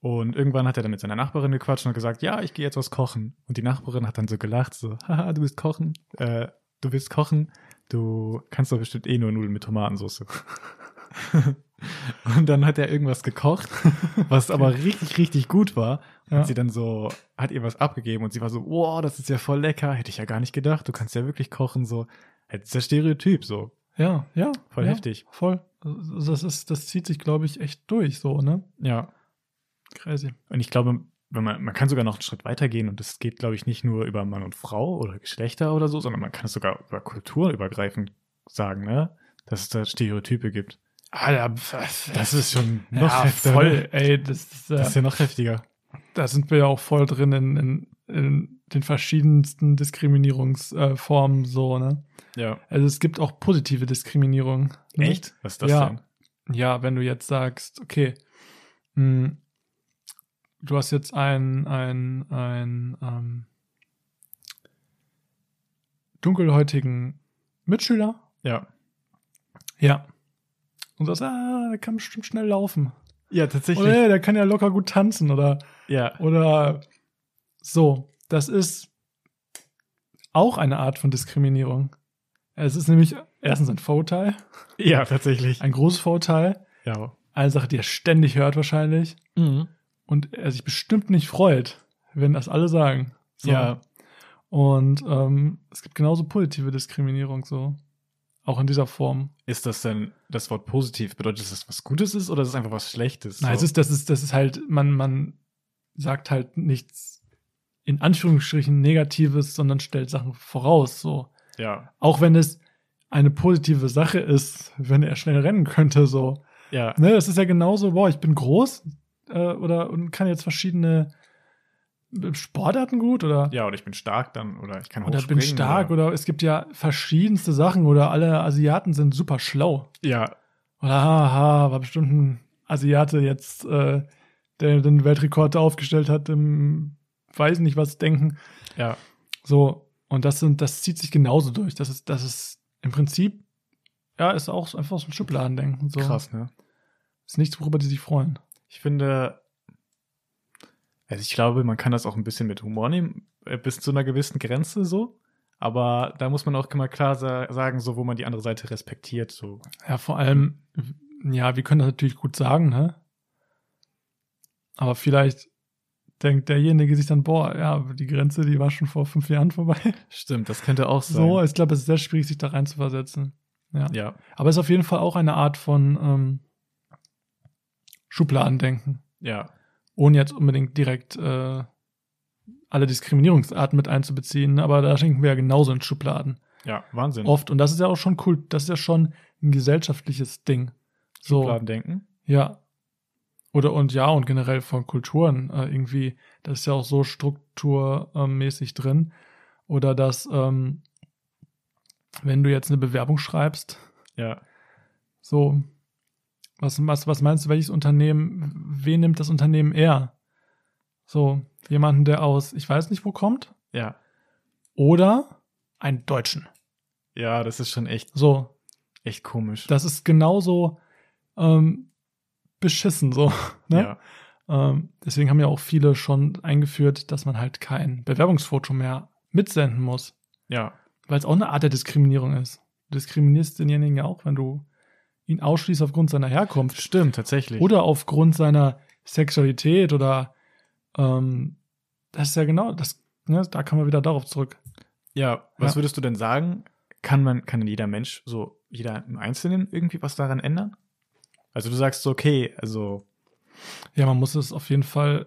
S2: Und irgendwann hat er dann mit seiner Nachbarin gequatscht und hat gesagt, ja, ich gehe jetzt was kochen. Und die Nachbarin hat dann so gelacht, so, haha, du willst kochen, äh, du willst kochen, du kannst doch bestimmt eh nur Nudeln mit Tomatensauce. und dann hat er irgendwas gekocht, was aber richtig, richtig gut war.
S3: Ja.
S2: Hat sie dann so, hat ihr was abgegeben und sie war so, wow, das ist ja voll lecker, hätte ich ja gar nicht gedacht, du kannst ja wirklich kochen, so. Das ist der Stereotyp, so.
S3: Ja, ja.
S2: Voll
S3: ja,
S2: heftig.
S3: Voll. Also Das ist, das zieht sich, glaube ich, echt durch, so, ne?
S2: Ja.
S3: Crazy.
S2: Und ich glaube, wenn man, man kann sogar noch einen Schritt weiter gehen und es geht, glaube ich, nicht nur über Mann und Frau oder Geschlechter oder so, sondern man kann es sogar über Kulturen übergreifend sagen, ne? Dass es da Stereotype gibt.
S3: Alter, pf-
S2: Das ist schon noch
S3: ja,
S2: heftiger. ne?
S3: voll, ey, das, ne? das,
S2: Das ist
S3: äh,
S2: ja noch heftiger.
S3: da sind wir ja auch voll drin in, in, in den verschiedensten Diskriminierungsformen, äh, Formen so, ne?
S2: Ja.
S3: Also es gibt auch positive Diskriminierung. ne?
S2: Echt? Was ist das
S3: Ja.
S2: denn?
S3: Ja, wenn du jetzt sagst, okay, mh, du hast jetzt ein, ein, ein ähm, dunkelhäutigen Mitschüler.
S2: Ja.
S3: Ja. Und sagst, ah, der kann bestimmt schnell laufen.
S2: Ja, tatsächlich.
S3: Oder hey, der kann ja locker gut tanzen oder,
S2: Ja.
S3: oder so. Das ist auch eine Art von Diskriminierung. Es ist nämlich erstens ein Vorurteil,
S2: Ja, tatsächlich.
S3: ein großes Vorurteil.
S2: Ja.
S3: Eine Sache, die er ständig hört wahrscheinlich und er sich bestimmt nicht freut, wenn das alle sagen. So.
S2: Ja.
S3: Und ähm, es gibt genauso positive Diskriminierung so. Auch in dieser Form.
S2: Ist das denn das Wort positiv? Bedeutet das, dass das was Gutes ist oder ist es einfach was Schlechtes?
S3: Nein, es ist, das ist, das ist halt, man, man sagt halt nichts in Anführungsstrichen Negatives, sondern stellt Sachen voraus, so.
S2: Ja.
S3: Auch wenn es eine positive Sache ist, wenn er schnell rennen könnte, so.
S2: Ja.
S3: Ne, es ist ja genauso, boah, ich bin groß, äh, oder, und kann jetzt verschiedene Sportarten gut, oder?
S2: Ja, oder ich bin stark dann oder ich kann
S3: Oder bin
S2: hochspringen,
S3: stark,
S2: oder.
S3: oder es gibt ja verschiedenste Sachen, oder alle Asiaten sind super schlau.
S2: Ja.
S3: Oder haha, war bestimmt ein Asiate jetzt, äh, der den Weltrekord da aufgestellt hat, im weiß nicht was denken.
S2: Ja.
S3: So, und das sind, das zieht sich genauso durch. Das ist, das ist im Prinzip, ja, ist auch so einfach so ein Schubladendenken. So.
S2: Krass, ne?
S3: Ist nichts, worüber die sich freuen.
S2: Ich finde, also ich glaube, man kann das auch ein bisschen mit Humor nehmen, äh, bis zu einer gewissen Grenze so. Aber da muss man auch immer klar sa sagen, so wo man die andere Seite respektiert. So.
S3: Ja, vor allem, ja, wir können das natürlich gut sagen, ne? Aber vielleicht denkt derjenige sich dann, boah, ja, die Grenze, die war schon vor fünf Jahren vorbei.
S2: Stimmt, das könnte auch
S3: So,
S2: So
S3: ich glaube, es ist sehr schwierig, sich da rein zu versetzen. Ja.
S2: ja,
S3: Aber es ist auf jeden Fall auch eine Art von ähm, Schubladendenken,
S2: ja,
S3: ohne jetzt unbedingt direkt äh, alle Diskriminierungsarten mit einzubeziehen. ne? Aber da schenken wir ja genauso in Schubladen.
S2: ja, Wahnsinn.
S3: Oft. Und das ist ja auch schon cool. Das ist ja schon ein gesellschaftliches Ding. So,
S2: Schubladendenken.
S3: ja. Oder und ja, und generell von Kulturen äh, irgendwie. Das ist ja auch so strukturmäßig drin. Oder dass, ähm, wenn du jetzt eine Bewerbung schreibst,
S2: Ja,
S3: so, was, was, was meinst du, welches Unternehmen, wen nimmt das Unternehmen eher? So, jemanden, der aus, ich weiß nicht, wo kommt,
S2: ja,
S3: oder einen Deutschen.
S2: ja, das ist schon echt,
S3: So,
S2: echt komisch.
S3: das ist genauso ähm, beschissen, so. Ne?
S2: Ja,
S3: Ähm, deswegen haben ja auch viele schon eingeführt, dass man halt kein Bewerbungsfoto mehr mitsenden muss,
S2: ja,
S3: weil es auch eine Art der Diskriminierung ist. Du diskriminierst denjenigen ja auch, wenn du ihn ausschließt aufgrund seiner Herkunft.
S2: stimmt, tatsächlich.
S3: Oder aufgrund seiner Sexualität oder ähm, das ist ja genau, das, ne, da kann man wieder darauf zurück.
S2: Ja, was
S3: Ja.
S2: würdest du denn sagen? Kann man, kann denn jeder Mensch, so jeder im Einzelnen irgendwie was daran ändern? Also du sagst so, okay, also
S3: Ja, man muss es auf jeden Fall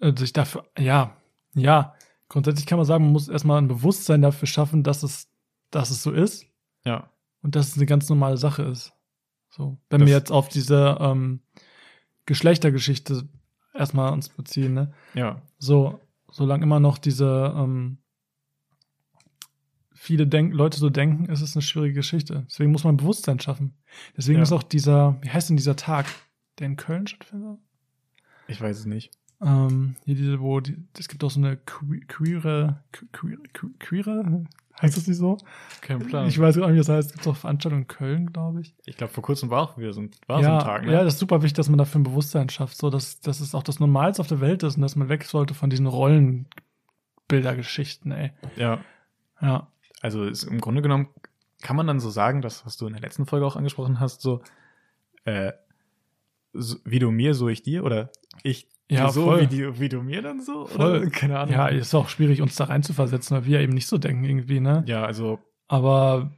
S3: äh, sich dafür, ja, ja, grundsätzlich kann man sagen, man muss erstmal ein Bewusstsein dafür schaffen, dass es, dass es so ist
S2: ja,
S3: und dass es eine ganz normale Sache ist. So, wenn
S2: Das-
S3: wir jetzt auf diese ähm, Geschlechtergeschichte erstmal uns beziehen, ne?
S2: ja,
S3: So, solange immer noch diese ähm, viele denk Leute so denken, ist es eine schwierige Geschichte. Deswegen muss man Bewusstsein schaffen. Deswegen
S2: Ja.
S3: ist auch dieser, wie heißt denn dieser Tag, der in Köln stattfindet?
S2: ich weiß es nicht.
S3: Ähm, hier diese, wo die, es gibt auch so eine que queere, que- queere, que- queere, heißt das nicht so?
S2: Kein
S3: Ich
S2: Ich,
S3: weiß gar nicht, wie das heißt. Es gibt auch Veranstaltungen in Köln, glaube ich.
S2: ich glaube, vor kurzem war auch wieder so ein, war so
S3: ja,
S2: ein Tag, ne?
S3: ja, das ist super wichtig, dass man dafür ein Bewusstsein schafft, so dass, dass es auch das Normalste auf der Welt ist und dass man weg sollte von diesen Rollenbildergeschichten, ey.
S2: ja.
S3: Ja.
S2: Also ist, im Grunde genommen kann man dann so sagen, das, was du in der letzten Folge auch angesprochen hast, so, äh, so wie du mir, so ich dir, oder ich
S3: Ja,
S2: dir so
S3: voll.
S2: Wie, die, wie du mir dann so?
S3: Voll.
S2: Oder? Keine Ahnung.
S3: ja, ist auch schwierig, uns da reinzuversetzen, weil wir ja eben nicht so denken irgendwie, ne?
S2: ja, also
S3: Aber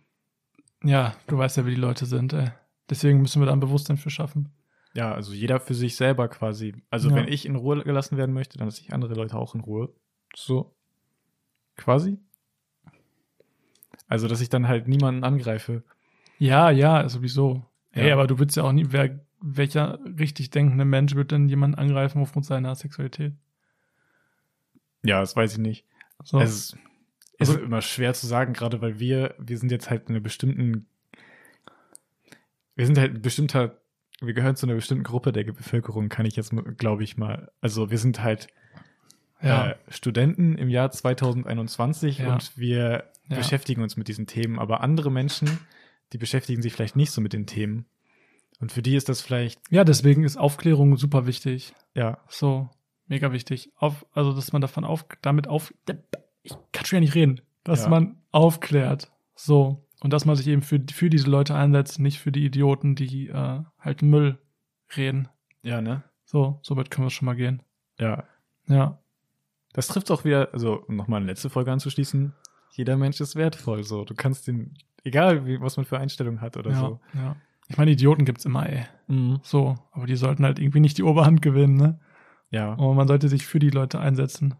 S3: ja, du weißt ja, wie die Leute sind, ey. Deswegen müssen wir da ein Bewusstsein für schaffen.
S2: Ja, also jeder für sich selber quasi. Also
S3: Ja.
S2: wenn ich in Ruhe gelassen werden möchte, dann lasse ich andere Leute auch in Ruhe. So. Quasi. Also, dass ich dann halt niemanden angreife.
S3: Ja, ja, sowieso.
S2: Ja.
S3: Ey, aber du willst ja auch nie, wer, welcher richtig denkende Mensch wird denn jemanden angreifen aufgrund seiner Sexualität?
S2: Ja, das weiß ich nicht.
S3: So. Also
S2: Es ist, es ist immer schwer zu sagen, gerade weil wir, wir sind jetzt halt in einer bestimmten, wir sind halt ein bestimmter, wir gehören zu einer bestimmten Gruppe der Bevölkerung, kann ich jetzt, glaube ich mal. Also wir sind halt
S3: ja,
S2: äh, Studenten im Jahr 2021
S3: Ja.
S2: und wir
S3: Ja.
S2: beschäftigen uns mit diesen Themen, aber andere Menschen, die beschäftigen sich vielleicht nicht so mit den Themen. Und für die ist das vielleicht,
S3: ja, deswegen ist Aufklärung super wichtig.
S2: ja,
S3: So, mega wichtig. Auf, also, dass man davon auf, damit auf, ich kann schon gar nicht reden, dass
S2: Ja.
S3: man aufklärt. So. Und dass man sich eben für, für diese Leute einsetzt, nicht für die Idioten, die äh, halt Müll reden.
S2: ja, ne?
S3: So, so weit können wir schon mal gehen.
S2: Ja.
S3: Ja.
S2: Das trifft auch wieder, also um nochmal eine letzte Folge anzuschließen, jeder Mensch ist wertvoll, so. Du kannst den, egal wie, was man für Einstellungen hat oder
S3: ja, Mhm.
S2: so.
S3: ja. Ich meine, Idioten gibt's immer, ey. So, aber die sollten halt irgendwie nicht die Oberhand gewinnen, ne?
S2: Ja.
S3: Aber man sollte sich für die Leute einsetzen.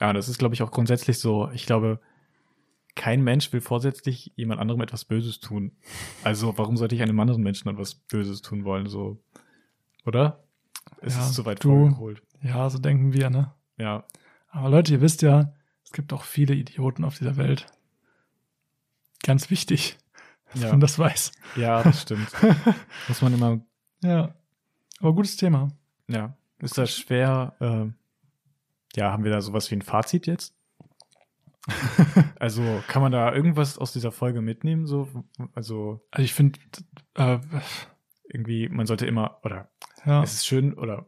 S2: Ja, das ist, glaube ich, auch grundsätzlich so. Ich glaube, kein Mensch will vorsätzlich jemand anderem etwas Böses tun. Also, warum sollte ich einem anderen Menschen etwas Böses tun wollen? So, oder? Es
S3: Ja,
S2: ist zu weit
S3: du-
S2: vorgeholt.
S3: Ja, so denken wir, ne?
S2: Ja,
S3: Aber Leute, ihr wisst ja, es gibt auch viele Idioten auf dieser Welt. Ganz wichtig, dass
S2: Ja.
S3: man das weiß.
S2: ja, das stimmt. Muss man immer,
S3: Ja. Aber gutes Thema.
S2: ja, ist das schwer. ähm, ja, haben wir da sowas wie ein Fazit jetzt? also, kann man da irgendwas aus dieser Folge mitnehmen? So, also
S3: Also ich finde, äh,
S2: irgendwie, man sollte immer, oder
S3: ja,
S2: es ist schön, oder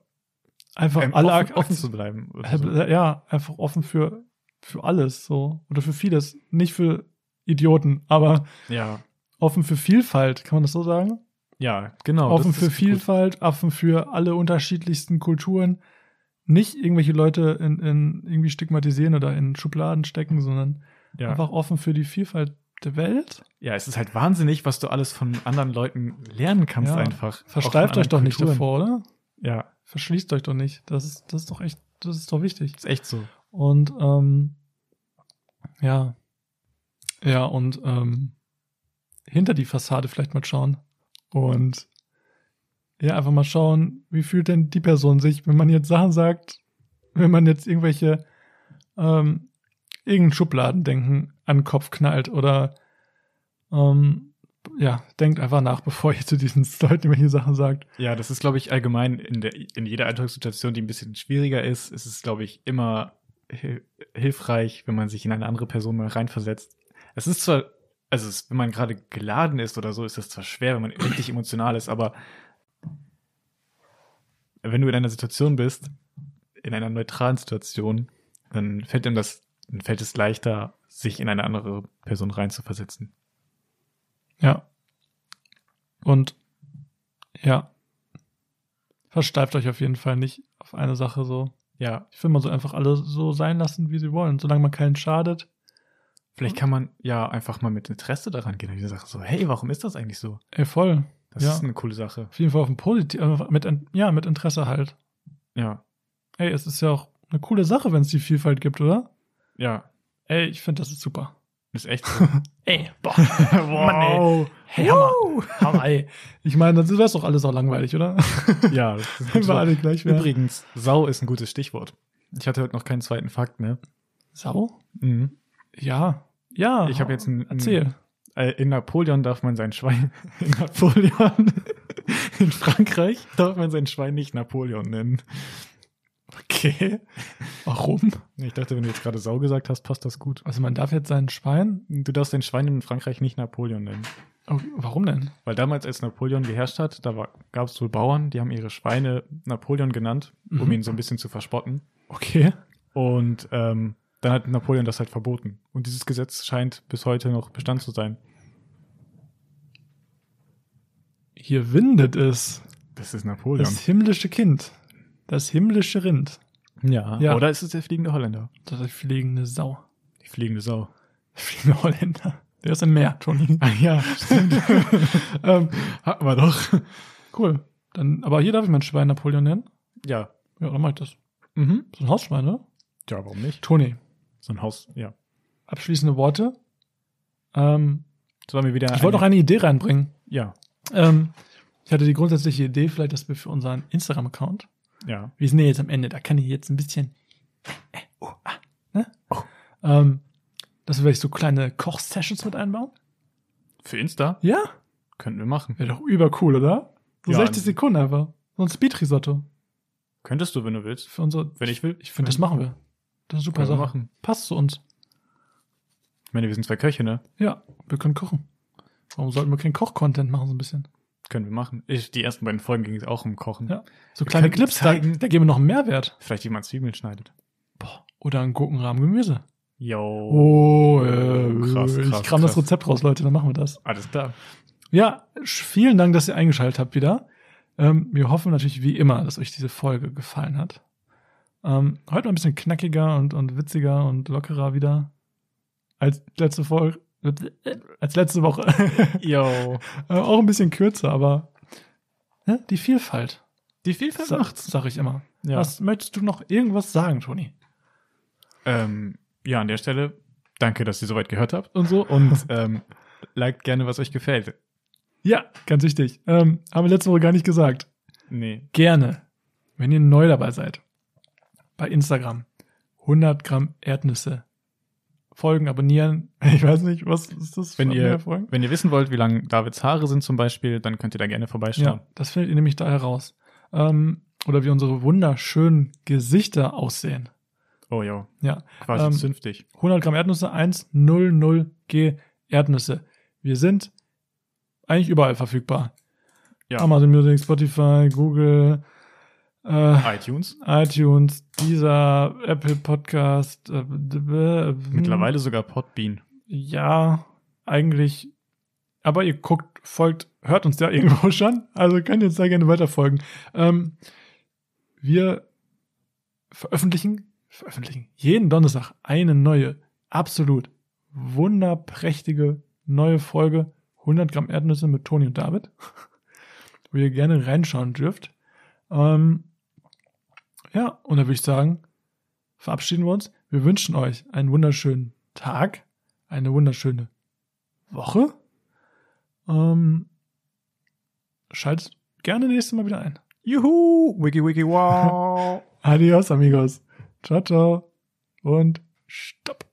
S3: einfach
S2: ähm,
S3: alle
S2: offen,
S3: offen,
S2: offen zu bleiben. oder so.
S3: Ja, einfach offen für, für alles so. Oder für vieles. Nicht für Idioten, aber
S2: Ja,
S3: offen für Vielfalt, kann man das so sagen?
S2: ja, genau.
S3: offen
S2: das
S3: für
S2: ist gut.
S3: Vielfalt, offen für alle unterschiedlichsten Kulturen. Nicht irgendwelche Leute in, in irgendwie stigmatisieren oder in Schubladen stecken, sondern
S2: Ja.
S3: einfach offen für die Vielfalt der Welt.
S2: ja, es ist halt wahnsinnig, was du alles von anderen Leuten lernen kannst
S3: Ja.
S2: einfach. Auch
S3: Versteift
S2: von
S3: euch doch
S2: anderen
S3: nicht
S2: Kulturen.
S3: davor, oder?
S2: Ja,
S3: Verschließt euch doch nicht. Das ist, das ist doch echt, das ist doch wichtig.
S2: ist echt so.
S3: Und ähm, ja. Ja, und ähm, hinter die Fassade vielleicht mal schauen. Und ja, einfach mal schauen, wie fühlt denn die Person sich, wenn man jetzt Sachen sagt, wenn man jetzt irgendwelche ähm, irgendein Schubladendenken an den Kopf knallt oder ähm, ja, denkt einfach nach, bevor ihr zu diesen Leuten irgendwelche Sachen sagt.
S2: Ja, das ist, glaube ich, allgemein in, der, in jeder Alltagssituation, die ein bisschen schwieriger ist, ist es, glaube ich, immer hil hilfreich, wenn man sich in eine andere Person mal reinversetzt. Es ist zwar, also es, wenn man gerade geladen ist oder so, ist das zwar schwer, wenn man richtig emotional ist, aber wenn du in einer Situation bist, in einer neutralen Situation, dann fällt ihm das, dann fällt es leichter, sich in eine andere Person reinzuversetzen.
S3: Ja. Und ja. Versteift euch auf jeden Fall nicht auf eine Sache so.
S2: Ja,
S3: Ich will mal so einfach alle so sein lassen, wie sie wollen, solange man keinen schadet.
S2: vielleicht kann man ja einfach mal mit Interesse daran gehen und die Sache so, hey, warum ist das eigentlich so?
S3: Ey, voll.
S2: Das
S3: Ja.
S2: ist eine coole Sache.
S3: Auf jeden Fall auf ein Positiv, einfach mit, Ent- ja, mit Interesse halt.
S2: Ja,
S3: Ey, es ist ja auch eine coole Sache, wenn es die Vielfalt gibt, oder?
S2: ja,
S3: Ey, ich finde, das ist super.
S2: ist echt so.
S3: Ey, boah. Mann, ey. Hey, Hammer. Hammer, ey. Ich meine, dann ist doch alles auch langweilig, oder?
S2: ja, das ist
S3: Wenn wir
S2: gut.
S3: alle gleich wären.
S2: Übrigens, Sau ist ein gutes Stichwort. Ich hatte heute noch keinen zweiten Fakt, ne?
S3: Sau?
S2: Mhm.
S3: Ja. Ja.
S2: Ich habe jetzt ein, ein
S3: Erzähl.
S2: Äh, in Napoleon darf man sein Schwein. In Napoleon. In Frankreich darf man sein Schwein nicht Napoleon nennen.
S3: Okay. Warum?
S2: Ich dachte, wenn du jetzt gerade Sau gesagt hast, passt das gut.
S3: Also man darf jetzt sein Schwein.
S2: Du darfst dein Schwein in Frankreich nicht Napoleon nennen.
S3: Oh, warum denn?
S2: Weil damals, als Napoleon geherrscht hat, da gab es wohl Bauern, die haben ihre Schweine Napoleon genannt, um
S3: Mhm.
S2: ihn so ein bisschen zu verspotten.
S3: Okay.
S2: Und ähm, dann hat Napoleon das halt verboten. Und dieses Gesetz scheint bis heute noch Bestand zu sein.
S3: Hier windet es.
S2: Das ist Napoleon.
S3: Das himmlische Kind. Das himmlische Rind.
S2: ja.
S3: Ja.
S2: Oder ist es der fliegende Holländer?
S3: Das ist die fliegende Sau.
S2: Die fliegende Sau.
S3: Die fliegende Holländer. Der ist im Meer, Toni.
S2: Ah ja, stimmt.
S3: ähm,
S2: Hatten wir doch.
S3: Cool. Dann, aber hier darf ich mein Schwein Napoleon nennen.
S2: Ja.
S3: Ja, dann mach ich das. Mhm. So ein Hausschwein, oder?
S2: Ja, warum nicht?
S3: Toni,
S2: So ein Haus, ja.
S3: abschließende Worte. Ähm,
S2: Das war mir wieder.
S3: ich wollte noch
S2: eine-
S3: eine Idee reinbringen.
S2: Ja,
S3: Ähm, ich hatte die grundsätzliche Idee, vielleicht, dass wir für unseren Instagram-Account,
S2: ja.
S3: wir sind ja jetzt am Ende, da kann ich jetzt ein bisschen, äh, oh, ah, ne? ähm, dass wir vielleicht so kleine Koch-Sessions mit einbauen.
S2: Für Insta
S3: Ja,
S2: könnten wir machen.
S3: wäre doch übercool, oder? So
S2: Ja,
S3: 60 Sekunden einfach. So ein Speed-Risotto
S2: Könntest du, wenn du willst.
S3: für unsere.
S2: Wenn ich will.
S3: Ich finde, das machen wir. Das ist eine super
S2: Können wir
S3: Sache.
S2: machen.
S3: Passt zu uns.
S2: Ich meine, wir sind zwei Köche, ne?
S3: Ja, wir können kochen. Warum sollten wir keinen Koch-Content machen, so ein bisschen?
S2: Können wir machen. Ich, die ersten beiden Folgen ging es auch um Kochen.
S3: Ja. So kleine
S2: könnten
S3: Clips, da,
S2: zeigen-
S3: da geben wir noch einen Mehrwert.
S2: Vielleicht jemand Zwiebeln schneidet.
S3: Boah. Oder einen Gurkenrahmen Gemüse.
S2: Yo.
S3: Oh,
S2: Oh,
S3: äh,
S2: krass,
S3: ich
S2: krass,
S3: kram das
S2: krass.
S3: Rezept raus, Leute, dann machen wir das.
S2: Alles klar.
S3: Ja, sch- vielen Dank, dass ihr eingeschaltet habt wieder. Ähm, wir hoffen natürlich wie immer, dass euch diese Folge gefallen hat. Ähm, heute mal ein bisschen knackiger und, und witziger und lockerer wieder als letzte Folge, als letzte Woche.
S2: Yo.
S3: Äh, Auch ein bisschen kürzer, aber ne, die Vielfalt,
S2: Die Vielfalt
S3: sag, sag ich immer.
S2: Ja.
S3: Was möchtest du noch irgendwas sagen, Toni?
S2: Ähm, ja, an der Stelle danke, dass ihr soweit gehört habt und so. Und ähm, liked gerne, was euch gefällt.
S3: Ja, ganz wichtig. Ähm, haben wir letzte Woche gar nicht gesagt.
S2: Nee.
S3: gerne, wenn ihr neu dabei seid, bei Instagram 100 Gramm Erdnüsse folgen, abonnieren. Ich weiß nicht, was ist das?
S2: Wenn ihr-
S3: folgen?
S2: Wenn ihr wissen wollt, wie lang Davids Haare sind zum Beispiel, dann könnt ihr da gerne vorbeischauen.
S3: Ja, das findet ihr nämlich da heraus. Ähm, oder wie unsere wunderschönen Gesichter aussehen.
S2: Oh, yo.
S3: Ja,
S2: Quasi
S3: Ähm,
S2: zünftig.
S3: 100 Gramm Erdnüsse, 100 G Erdnüsse. Wir sind eigentlich überall verfügbar.
S2: Ja.
S3: Amazon Music, Spotify, Google, äh,
S2: iTunes.
S3: iTunes, dieser Apple Podcast. Äh, d- b- äh,
S2: Mittlerweile sogar Podbean.
S3: Ja, eigentlich. Aber ihr guckt, folgt, hört uns ja irgendwo schon. Also könnt ihr uns da gerne weiterfolgen. Ähm, wir veröffentlichen, veröffentlichen jeden Donnerstag eine neue, absolut wunderprächtige neue Folge 100 Gramm Erdnüsse mit Toni und David, wo ihr gerne reinschauen dürft. Ähm, ja, und da würde ich sagen, verabschieden wir uns. Wir wünschen euch einen wunderschönen Tag, eine wunderschöne Woche. Ähm, schaltet gerne nächstes Mal wieder ein.
S2: Juhu! Wiki, wiki, wow!
S3: Adios, amigos. Ciao, ciao. Und stopp.